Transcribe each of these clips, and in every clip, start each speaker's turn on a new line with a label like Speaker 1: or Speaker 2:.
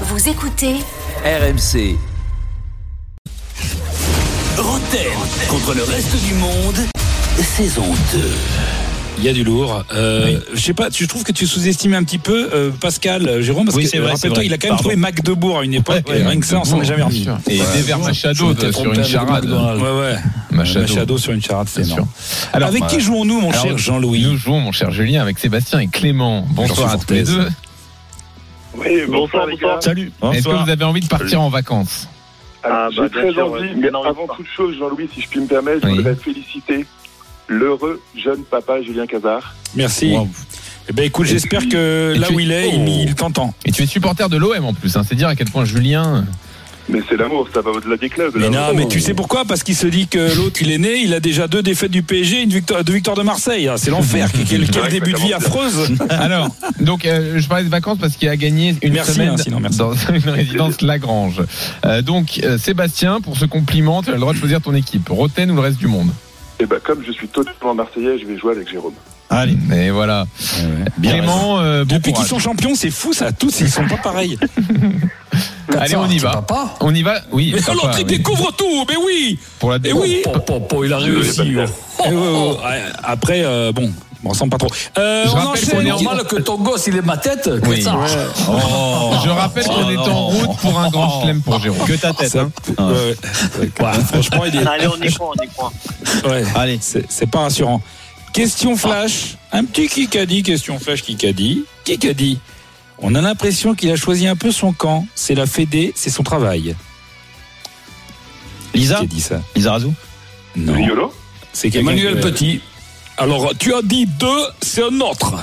Speaker 1: Vous écoutez
Speaker 2: RMC.
Speaker 3: Roten contre le reste du monde, saison 2.
Speaker 4: Il y a du lourd. Euh, Je sais pas, tu- je trouve que tu sous-estimes un petit peu euh, Pascal, euh, Jérôme, parce
Speaker 5: Oui,
Speaker 4: que
Speaker 5: c'est vrai, c'est
Speaker 4: rappelle-toi,
Speaker 5: vrai.
Speaker 4: il a quand même
Speaker 5: Pardon.
Speaker 4: trouvé Mac Debourg à une époque,
Speaker 5: Ouais,
Speaker 4: et rien que ça, on s'en est jamais remis.
Speaker 5: Et déverse Machado
Speaker 6: je m'étais
Speaker 5: sur
Speaker 6: trompé
Speaker 5: une
Speaker 6: avec
Speaker 5: charade.
Speaker 4: Ouais, ouais. Euh,
Speaker 5: Machado.
Speaker 4: Machado sur une charade, c'est
Speaker 5: Bien
Speaker 4: énorme.
Speaker 5: Alors,
Speaker 4: Avec
Speaker 5: bah,
Speaker 4: qui jouons-nous, mon
Speaker 5: alors,
Speaker 4: cher Jean-Louis
Speaker 5: Nous jouons, mon cher Julien, avec Sébastien et Clément. Bonsoir
Speaker 4: suis
Speaker 5: à tous les
Speaker 4: Fortaise.
Speaker 5: deux.
Speaker 7: Oui, bonsoir, bonsoir.
Speaker 6: Salut.
Speaker 5: Est-ce que vous avez envie de partir en vacances
Speaker 7: Ah,
Speaker 6: J'ai
Speaker 7: bah, bien
Speaker 6: très
Speaker 7: sûr,
Speaker 6: envie,
Speaker 7: ouais.
Speaker 6: mais
Speaker 7: Non,
Speaker 6: avant
Speaker 7: bonsoir.
Speaker 6: toute chose, Jean-Louis, si je puis me permettre,
Speaker 5: Oui.
Speaker 6: je voudrais féliciter l'heureux jeune papa Julien Cazard.
Speaker 4: Merci. Eh ben écoute, j'espère que
Speaker 5: et
Speaker 4: là
Speaker 5: puis- oh,
Speaker 4: où il est, il, il t'entend.
Speaker 5: Et tu es supporter de l'OM en plus, hein. c'est dire à quel point Julien.
Speaker 6: Mais c'est l'amour, ça va au-delà des clubs.
Speaker 4: Mais
Speaker 6: l'amour.
Speaker 4: non,
Speaker 5: oh.
Speaker 4: mais tu sais pourquoi Parce qu'il se dit que l'autre, il est né, il a déjà deux défaites du PSG, une victoire, deux victoires de Marseille. Ah, C'est l'enfer. Quel, quel
Speaker 6: Ouais,
Speaker 4: début de vie
Speaker 6: exactement.
Speaker 4: affreuse
Speaker 5: Alors, donc euh, je parlais de vacances parce qu'il a gagné une
Speaker 4: Merci,
Speaker 5: semaine
Speaker 4: hein, sinon, merci.
Speaker 5: dans une résidence Lagrange. Euh, donc euh, Sébastien, pour ce compliment, tu as le droit de choisir ton équipe, Roten ou le reste du monde.
Speaker 6: Et bah, comme je suis totalement marseillais, je vais jouer avec Jérôme. Allez.
Speaker 5: Et voilà. Clément, euh, bon
Speaker 4: Depuis qu'ils
Speaker 5: courage.
Speaker 4: sont champions, c'est fou ça. Tous, ils sont pas pareils.
Speaker 5: Allez, on y va. On y va. Oui.
Speaker 2: Mais
Speaker 5: sympa,
Speaker 2: alors, il
Speaker 5: oui.
Speaker 2: découvre tout, mais oui
Speaker 5: Pour la
Speaker 2: Et oui
Speaker 5: Oh,
Speaker 2: Il
Speaker 4: Ah,
Speaker 2: a réussi.
Speaker 4: Eh ouais, ouais, ouais. Après, euh, bon, je me ressemble pas trop. Euh,
Speaker 5: Je
Speaker 4: on
Speaker 5: rappelle
Speaker 4: enchaîne.
Speaker 5: qu'on est en-
Speaker 2: Normal que ton gosse, il est ma tête. que
Speaker 5: Oui.
Speaker 2: ça.
Speaker 5: Je rappelle qu'on est en route pour un grand chelem pour Jérôme.
Speaker 8: Que ta tête, hein.
Speaker 5: Ah.
Speaker 4: Ouais, ouais. Ouais, franchement, il est.
Speaker 7: Allez, on y prend, on y prend.
Speaker 4: ouais,
Speaker 8: Allez.
Speaker 4: c'est c'est pas rassurant.
Speaker 5: Ah.
Speaker 4: Question flash. Un petit Kikadi, question flash Kikadi. Kikadi. On a l'impression qu'il a choisi un peu son camp. C'est la Fédé, c'est son travail. Qui
Speaker 8: Lisa
Speaker 4: a dit ça
Speaker 8: Lisa Razou
Speaker 4: Non.
Speaker 6: Riolo
Speaker 4: C'est quelqu'un
Speaker 2: Emmanuel
Speaker 4: que-
Speaker 2: Petit. Alors, tu as dit deux, c'est un autre.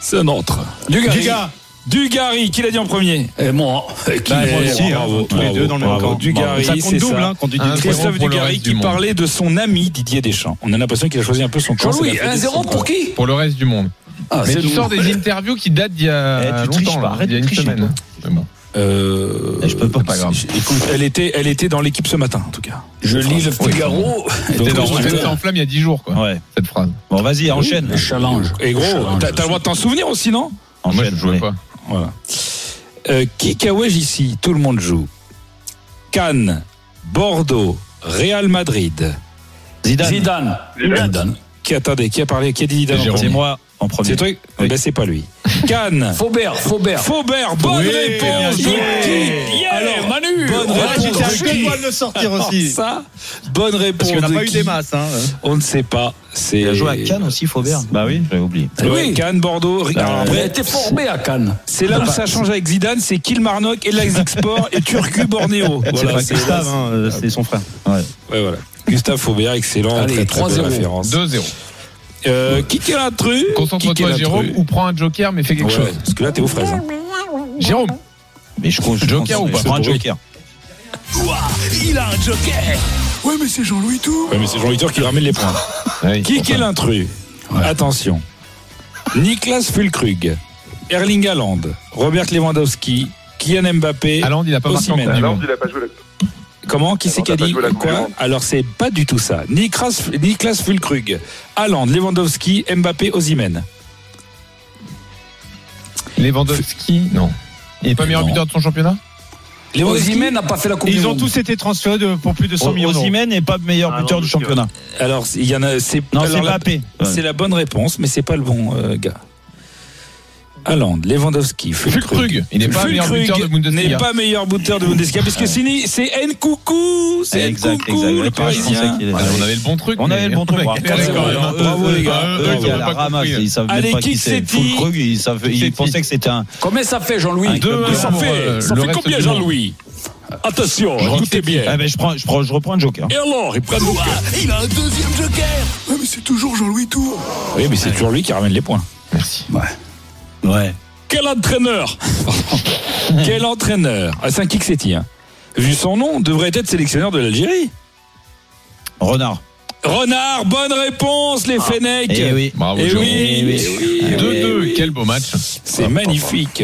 Speaker 2: C'est un autre. Dugarry.
Speaker 8: Dugas.
Speaker 4: Dugarry, qui l'a dit en premier
Speaker 2: Et moi. Et qui
Speaker 8: Bah, moi
Speaker 2: est-
Speaker 8: aussi, hein,
Speaker 4: eh, bravo,
Speaker 8: tous les
Speaker 4: bravo,
Speaker 8: deux dans le même
Speaker 4: bravo.
Speaker 8: camp.
Speaker 4: Dugarry,
Speaker 8: ça
Speaker 4: c'est
Speaker 8: compte double,
Speaker 4: ça.
Speaker 8: hein, quand tu dis
Speaker 5: Un
Speaker 8: double.
Speaker 4: Christophe
Speaker 5: pour le
Speaker 4: Dugarry
Speaker 5: reste du
Speaker 4: qui
Speaker 5: monde.
Speaker 4: parlait de son ami Didier Deschamps. On a l'impression qu'il a choisi un peu son camp. c'est
Speaker 2: Jean-Louis,
Speaker 4: la Fédé, c'est son
Speaker 2: 1-0 pour
Speaker 4: travail.
Speaker 2: qui
Speaker 5: Pour le reste du monde.
Speaker 2: Ah,
Speaker 5: Mais
Speaker 2: c'est
Speaker 5: tu
Speaker 2: nous.
Speaker 5: sors des interviews qui datent d'il y a
Speaker 8: Eh, tu triches
Speaker 5: longtemps,
Speaker 8: pas,
Speaker 5: là,
Speaker 8: arrête
Speaker 5: il y a
Speaker 8: de
Speaker 5: une
Speaker 8: tricher,
Speaker 5: semaine. Mais bon.
Speaker 4: Euh,
Speaker 8: Eh, je peux pas,
Speaker 5: pas grave.
Speaker 4: Écoute, elle était, elle était dans l'équipe ce matin, en tout cas.
Speaker 2: Je lis le Figaro.
Speaker 5: C'était dans-
Speaker 2: Twitter.
Speaker 5: c'était en flamme il y a 10 jours, quoi,
Speaker 8: Ouais.
Speaker 5: cette phrase.
Speaker 8: Bon, vas-y, enchaîne.
Speaker 2: Challenge.
Speaker 4: Et gros, t'as t'as le droit de t'en souvenir aussi, non
Speaker 5: Moi, je
Speaker 8: Enchaîne,
Speaker 5: jouais
Speaker 8: allez.
Speaker 5: pas.
Speaker 4: Voilà. Euh, qui cahouège ici Tout le monde joue. Cannes, Bordeaux, Real Madrid.
Speaker 8: Zidane.
Speaker 2: Zidane. Zidane.
Speaker 4: Qui attendez Qui a parlé Qui a dit Zidane en
Speaker 8: C'est
Speaker 4: premier
Speaker 8: moi en premier.
Speaker 4: C'est toi Eh ben, c'est pas lui. Cannes,
Speaker 2: Faubert. Faubert.
Speaker 4: Faubert. Bonne
Speaker 8: Oui, bien
Speaker 4: réponse.
Speaker 8: joué.
Speaker 4: de Guy.
Speaker 2: Alors, Manu.
Speaker 4: Bonne
Speaker 2: Ouais,
Speaker 4: réponse.
Speaker 2: j'étais avec
Speaker 4: Oui.
Speaker 2: toi.
Speaker 8: de le sortir
Speaker 4: Ça, bonne réponse.
Speaker 8: Parce qu'on n'a
Speaker 4: de
Speaker 8: pas eu
Speaker 4: Guy.
Speaker 8: des masses. Hein.
Speaker 4: On ne sait pas. C'est.
Speaker 8: Il a joué à Cannes aussi, Faubert. Bah oui, Euh, j'avais oublié.
Speaker 4: Ouais,
Speaker 2: Oui.
Speaker 4: Cannes, Bordeaux. Ri- Alors
Speaker 2: Il a
Speaker 4: après,
Speaker 2: été formé à Cannes.
Speaker 4: c'est là où ça change avec Zidane, c'est Kilmarnock, Elaxport et Turcu Bornéo.
Speaker 8: C'est
Speaker 4: Voilà,
Speaker 8: pas Gustave, hein, euh, c'est son frère. Ouais.
Speaker 4: Ouais, voilà. Gustave Faubert, excellent.
Speaker 2: Allez,
Speaker 4: très, très bonne
Speaker 2: 3-0.
Speaker 4: référence.
Speaker 5: 2-0.
Speaker 4: Euh, qui qu'est l'intrus Qui qu'est
Speaker 5: Concentre-toi,
Speaker 4: l'intrus
Speaker 5: Jérôme, ou prends un joker, mais fais quelque
Speaker 4: Ouais,
Speaker 5: chose.
Speaker 4: Parce que là, t'es aux fraises. hein.
Speaker 5: Jérôme,
Speaker 8: Mais je compte.
Speaker 5: Joker ou pas
Speaker 8: Je prends un joker.
Speaker 2: Il a un joker. Oui, mais c'est Jean-Louis tout.
Speaker 4: Ouais, mais c'est Jean-Victor qui ramène les points.
Speaker 5: Ouais,
Speaker 4: Qui qu'est
Speaker 5: enfin,
Speaker 4: l'intrus Attention. Niklas Fulkrug, Erling Haaland, Robert Lewandowski, Kylian Mbappé.
Speaker 5: Haaland, il a pas marqué en
Speaker 4: Osimhen.
Speaker 5: Coupe du
Speaker 6: Alors,
Speaker 5: Monde.
Speaker 6: il a pas joué la
Speaker 4: Comment Qui c'est qui a
Speaker 6: Haaland a
Speaker 4: dit
Speaker 6: pas joué la Coupe du
Speaker 4: quoi
Speaker 6: Monde.
Speaker 4: Alors, c'est pas du tout ça. Niklas, Niklas Fulkrug, Haaland, Lewandowski, Mbappé, Osimhen.
Speaker 5: Lewandowski, non. Il est pas meilleur
Speaker 2: Non.
Speaker 5: buteur de son championnat
Speaker 4: Lewandowski-
Speaker 2: Osimhen n'a pas fait la Coupe du
Speaker 8: Ils ont
Speaker 2: Monde.
Speaker 8: tous été transférés de- pour plus de 100 millions. Ah Osimhen n'est pas meilleur buteur du championnat.
Speaker 4: Alors, il y en a. C'est
Speaker 8: Non,
Speaker 4: alors
Speaker 8: c'est
Speaker 4: la-
Speaker 8: Mbappé.
Speaker 4: C'est la bonne réponse, mais c'est pas le bon euh, gars. Haaland, Lewandowski, Fulkrug.
Speaker 5: Fulkrug, il n'est pas meilleur
Speaker 4: Fulkrug
Speaker 5: buteur de
Speaker 4: n'est
Speaker 5: Bundesliga.
Speaker 4: pas meilleur buteur de Bundesliga, puisque Sini, c'est Nkoukou, c'est
Speaker 8: Exact,
Speaker 4: Nkoukou,
Speaker 8: exact.
Speaker 4: le
Speaker 8: Ouais, je pensais
Speaker 4: Parisien.
Speaker 8: qu'il est-
Speaker 5: Ah, On avait le bon truc.
Speaker 8: On
Speaker 5: mais-
Speaker 8: avait le bon truc.
Speaker 5: Ouais, d'accord,
Speaker 4: Bravo,
Speaker 5: alors,
Speaker 4: bravo,
Speaker 5: eux,
Speaker 4: les gars.
Speaker 5: eux,
Speaker 4: Bravo.
Speaker 5: ils ont
Speaker 8: Eux,
Speaker 5: pas
Speaker 8: à la
Speaker 5: compris.
Speaker 8: ramasse, ils savent
Speaker 4: Allez,
Speaker 8: même pas qui c'est.
Speaker 4: Kiksetti.
Speaker 8: Fulkrug, ils savent- ils
Speaker 5: Kiksetti.
Speaker 8: pensaient que c'était un.
Speaker 2: Combien ça fait,
Speaker 8: Un,
Speaker 2: Jean-Louis
Speaker 8: deux,
Speaker 5: deux
Speaker 2: Ça
Speaker 5: pour,
Speaker 2: fait,
Speaker 5: euh,
Speaker 2: ça
Speaker 5: le
Speaker 2: fait
Speaker 5: reste
Speaker 2: combien,
Speaker 5: du monde.
Speaker 2: Jean-Louis Attention,
Speaker 5: Jean-Louis,
Speaker 2: écoutez bien.
Speaker 8: Ah, ben, je, prends, je, prends- je reprends un joker.
Speaker 2: Et alors, il prend Il a un deuxième joker. mais c'est toujours Jean-Louis Tour.
Speaker 4: Oui, mais c'est toujours lui qui ramène les points.
Speaker 5: Merci.
Speaker 8: Ouais.
Speaker 2: Quel entraîneur
Speaker 4: Quel entraîneur Ah, c'est un Kiksetti, hein. Vu son nom, devrait être sélectionneur de l'Algérie.
Speaker 8: Renard.
Speaker 4: Renard, bonne réponse, les Fennecs.
Speaker 8: Eh oui.
Speaker 5: Bravo,
Speaker 4: Ah. Eh
Speaker 5: Jérôme.
Speaker 4: oui, eh oui, eh oui.
Speaker 5: 2-2, quel beau match.
Speaker 4: C'est magnifique.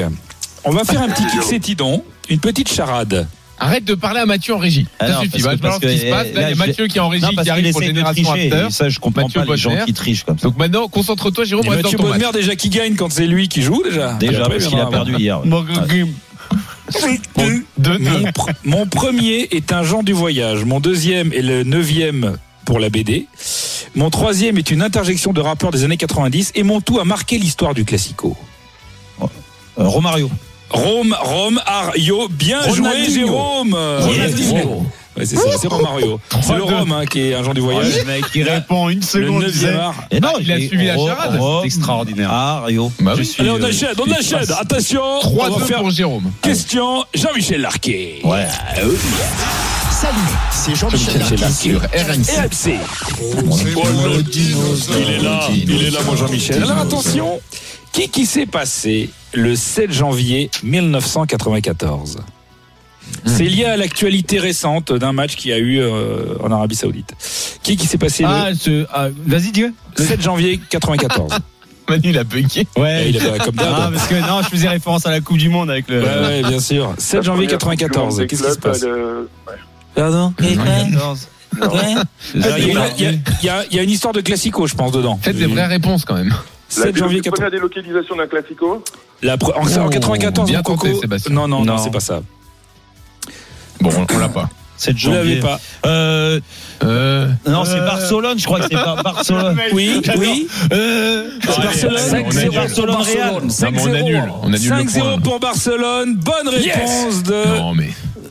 Speaker 4: On va faire un petit Kiksetti don, une petite charade.
Speaker 5: Arrête de parler à Mathieu en régie.
Speaker 8: Ah
Speaker 5: Qu'est-ce
Speaker 8: non,
Speaker 5: que tu
Speaker 8: parce
Speaker 5: vas
Speaker 8: que-
Speaker 5: Je balance
Speaker 8: parce
Speaker 5: ce qui
Speaker 8: que,
Speaker 5: se passe.
Speaker 8: là,
Speaker 5: Là, il y a
Speaker 8: je-
Speaker 5: Mathieu qui est en
Speaker 8: Non,
Speaker 5: régie,
Speaker 8: parce
Speaker 5: qui
Speaker 8: qu'il
Speaker 5: arrive pour
Speaker 8: essaie de
Speaker 5: Génération
Speaker 8: tricher.
Speaker 5: After.
Speaker 8: et Ça, je comprends
Speaker 5: Mathieu
Speaker 8: pas les gens
Speaker 5: Bonnemer.
Speaker 8: qui trichent comme ça.
Speaker 5: Donc maintenant, concentre-toi, Jérôme,
Speaker 4: Et
Speaker 5: reste dans
Speaker 4: Mathieu
Speaker 5: ton match.
Speaker 4: Bonnemer déjà qui gagne quand c'est lui qui joue déjà. Et
Speaker 8: Déjà,
Speaker 4: après,
Speaker 8: parce
Speaker 4: il
Speaker 8: qu'il a
Speaker 4: viendra-
Speaker 8: perdu hier. ouais. Ouais.
Speaker 5: Deux, deux.
Speaker 4: Mon, pr- mon premier est un genre du voyage. Mon deuxième est le neuvième pour la BD. Mon troisième est une interjection de rappeurs des années 90. Et mon tout a marqué l'histoire du classico.
Speaker 8: Euh, Romario.
Speaker 4: Rome, Rome, Ario, bien joué
Speaker 2: Ronaldinho.
Speaker 4: Jérôme
Speaker 2: Ronaldinho.
Speaker 4: Ouais, c'est ça, c'est Romario. C'est le
Speaker 5: Trois, deux.
Speaker 4: Rome hein, qui est un genre du voyage.
Speaker 1: Le mec, il répond une
Speaker 4: Le
Speaker 1: seconde. il
Speaker 4: neuvième
Speaker 1: sait.
Speaker 4: art.
Speaker 8: Et non,
Speaker 5: il a suivi la charade.
Speaker 1: C'est extraordinaire.
Speaker 8: Mario.
Speaker 5: Bah oui.
Speaker 2: Allez, on achète, on achète. Attention, on va
Speaker 5: 3-2
Speaker 2: faire
Speaker 5: pour Jérôme.
Speaker 2: question Jean-Michel Larquet.
Speaker 8: Ouais.
Speaker 3: Salut, c'est Jean-Michel
Speaker 4: Jean-Michel
Speaker 3: Larquet.
Speaker 4: Larquet.
Speaker 2: RMC. Il est là, il est là, mon Jean-Michel.
Speaker 4: Alors attention, qui qui s'est passé le 7 janvier 1994 C'est lié à l'actualité récente d'un match qui a eu euh, en Arabie Saoudite. Qui qui s'est passé
Speaker 8: Ah, ce, ah, vas-y, dis
Speaker 4: le 7 janvier 94
Speaker 5: Manu, il a bugué.
Speaker 4: Eh,
Speaker 8: Ouais.
Speaker 4: il est pas comme
Speaker 8: Ah,
Speaker 4: d'hab.
Speaker 8: parce que non, je faisais référence à la Coupe du Monde avec le.
Speaker 4: Ouais, ouais, bien sûr. 7 janvier 94, qu'est-ce qui se passe
Speaker 6: euh,
Speaker 8: Pardon
Speaker 4: Mmh. Il y a- il y a- il y a- il y a- il y a une histoire de classico, je pense, dedans.
Speaker 5: Faites des vraies réponses quand même.
Speaker 4: 7 janvier 94.
Speaker 6: La délocalisation d'un classico
Speaker 4: La pre- en, en
Speaker 5: Oh,
Speaker 4: 94,
Speaker 5: bien
Speaker 4: mon
Speaker 5: tenté,
Speaker 4: coco.
Speaker 5: Sébastien.
Speaker 4: Non, non, non,
Speaker 8: Non.
Speaker 4: c'est pas ça.
Speaker 5: Bon, on, on l'a pas.
Speaker 8: 7
Speaker 4: Je l'avais
Speaker 8: janvier.
Speaker 4: pas.
Speaker 8: Euh,
Speaker 5: Euh,
Speaker 8: non, c'est Barcelone, je crois que c'est pas Barcelone.
Speaker 4: Oui, oui.
Speaker 8: Euh,
Speaker 4: C'est Barcelone.
Speaker 5: allez, on annule.
Speaker 4: 5-0 pour Barcelone.
Speaker 5: Non, mais on
Speaker 4: 5-0.
Speaker 5: annule, on annule le
Speaker 4: 5-0
Speaker 5: point.
Speaker 4: pour Barcelone. Bonne
Speaker 2: Yes.
Speaker 4: réponse de,
Speaker 5: non, mais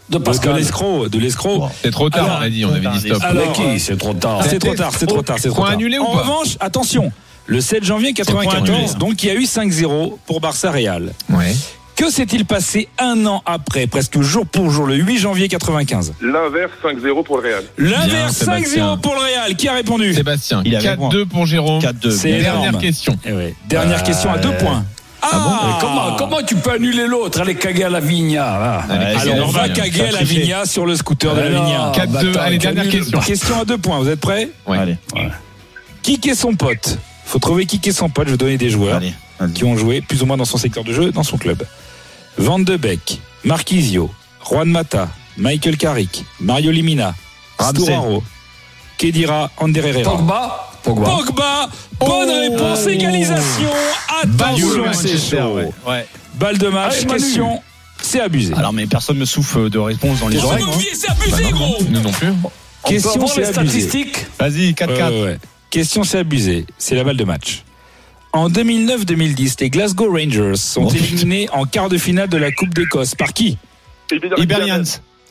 Speaker 2: de
Speaker 4: de
Speaker 2: Pascal.
Speaker 4: l'escroc. De l'escroc.
Speaker 5: c'est trop tard, on a dit, on avait dit stop.
Speaker 4: Alors, euh,
Speaker 2: c'est trop tard.
Speaker 4: c'est trop tard, c'est trop tard, c'est trop
Speaker 5: Point
Speaker 4: tard.
Speaker 5: annulé ou
Speaker 4: en
Speaker 5: pas
Speaker 4: revanche, attention, le 7 janvier
Speaker 5: Point annulé.
Speaker 4: 94, donc il y a eu 5-0 pour Barça Real.
Speaker 5: Ouais.
Speaker 4: Que s'est-il passé un an après, presque jour pour jour, le 8 janvier 95
Speaker 6: L'inverse 5-0 pour le Real.
Speaker 4: L'inverse
Speaker 5: Bien, Sébastien.
Speaker 4: 5-0 pour le Real. Qui a répondu
Speaker 5: Sébastien,
Speaker 8: Il avait
Speaker 5: 4-2 pour Jérôme.
Speaker 8: 4-2.
Speaker 4: C'est
Speaker 5: Dernière
Speaker 4: énorme.
Speaker 5: question.
Speaker 4: Eh ouais. Dernière question à deux points. Ah, Ah,
Speaker 2: Mais Comment, comment tu peux annuler l'autre Allez, caguer à la hein vigna. là.
Speaker 5: Allez,
Speaker 4: Alors, on va
Speaker 5: Jérôme.
Speaker 4: caguer à la
Speaker 8: triché.
Speaker 4: Vigna sur le scooter de la
Speaker 2: Alors,
Speaker 4: Vigna.
Speaker 5: 4-2,
Speaker 2: bâtard,
Speaker 5: allez,
Speaker 2: quel
Speaker 5: dernière
Speaker 2: nul.
Speaker 5: question.
Speaker 4: Question à deux points, vous êtes prêts
Speaker 5: Ouais.
Speaker 8: Allez,
Speaker 4: Qui est son pote Faut trouver qui est son pote, je vais donner des joueurs
Speaker 8: allez.
Speaker 4: qui ont joué plus ou moins dans son secteur de jeu, dans son club. Van de Beek, Marquisio, Juan Mata, Michael Carrick, Mario Limina,
Speaker 8: Ramsey.
Speaker 4: Storaro, Kedira, Ander Herrera.
Speaker 2: Pogba Pogba.
Speaker 4: Pogba, bonne réponse, égalisation. Attention, c'est chaud.
Speaker 8: Ouais.
Speaker 4: Balle de match,
Speaker 2: Allez, Manu.
Speaker 4: question, c'est abusé.
Speaker 8: Alors, mais personne me souffle de réponse dans les
Speaker 2: Vous
Speaker 8: oreilles.
Speaker 2: me fiez, c'est abusé, gros
Speaker 5: Nous non plus.
Speaker 2: On peut
Speaker 4: question,
Speaker 2: avoir
Speaker 4: c'est
Speaker 2: les
Speaker 4: abusé.
Speaker 2: statistiques
Speaker 8: Vas-y, 4-4.
Speaker 4: Ouais, ouais, ouais. Question, c'est abusé. C'est la balle de match. En 2009-2010, les Glasgow Rangers sont
Speaker 8: Oh, putain.
Speaker 4: éliminés en quart de finale de la Coupe d'Écosse. Par qui
Speaker 8: Hibernians.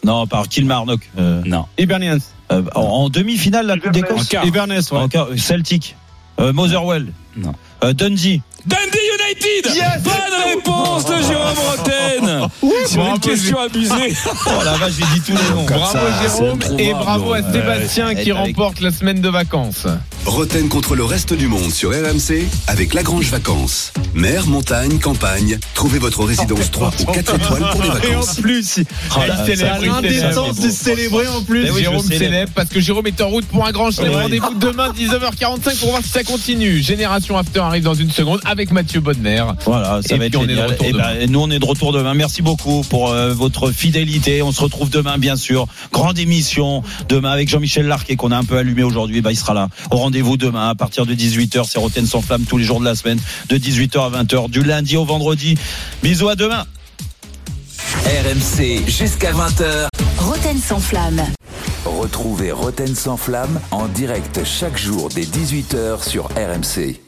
Speaker 8: Non, par Kilmarnock. Euh,
Speaker 4: Non.
Speaker 8: Hibernians. Euh, en, en demi-finale, la Coupe
Speaker 6: Hibernes.
Speaker 8: d'Écosse.
Speaker 4: En quart.
Speaker 8: Hibernes, ouais. En quart. Celtic. Euh, Motherwell.
Speaker 4: Non.
Speaker 8: Euh, Dundee.
Speaker 4: Dundee United Bonne réponse de Jérôme Roten Sur
Speaker 5: Bravo,
Speaker 4: une question abusée.
Speaker 8: Oh la vache, j'ai dit tout le nom.
Speaker 5: Bravo Jérôme
Speaker 2: introuvable,
Speaker 5: et bravo à
Speaker 8: ouais.
Speaker 5: Sébastien qui
Speaker 8: Avec-
Speaker 5: remporte la semaine de vacances.
Speaker 9: Roten contre le reste du monde sur RMC avec Lagrange Vacances. Mer, montagne, campagne, trouvez votre résidence 3 ou 4 étoiles pour les
Speaker 8: Et en
Speaker 9: vacances.
Speaker 8: plus,
Speaker 5: Oh là,
Speaker 8: elle
Speaker 5: ça,
Speaker 8: célèbre,
Speaker 5: ça,
Speaker 8: il
Speaker 5: l'indécence
Speaker 8: célèbre.
Speaker 5: de célébrer
Speaker 8: en plus.
Speaker 5: Jérôme Eh célèbre parce que Jérôme est en route pour un grand chelem. Rendez-vous demain 19h45 pour voir si ça continue. Génération After arrive dans une seconde avec Mathieu Bonnemer.
Speaker 8: Voilà, ça
Speaker 5: Et
Speaker 8: va
Speaker 5: puis
Speaker 8: être
Speaker 5: on est de
Speaker 8: génial.
Speaker 5: retour
Speaker 8: Eh ben, nous, on est de retour demain. Merci beaucoup pour euh, votre fidélité. On se retrouve demain, bien sûr. Grande émission demain avec Jean-Michel Larquet qu'on a un peu allumé aujourd'hui. Bah, il sera là. Au rendez-vous demain à partir de 18h. C'est Roten sans flamme tous les jours de la semaine, de 18h à 20h, du lundi au vendredi. Bisous à demain.
Speaker 3: RMC jusqu'à 20h.
Speaker 10: Roten sans flamme.
Speaker 3: Retrouvez Roten sans flamme en direct chaque jour dès 18h sur RMC.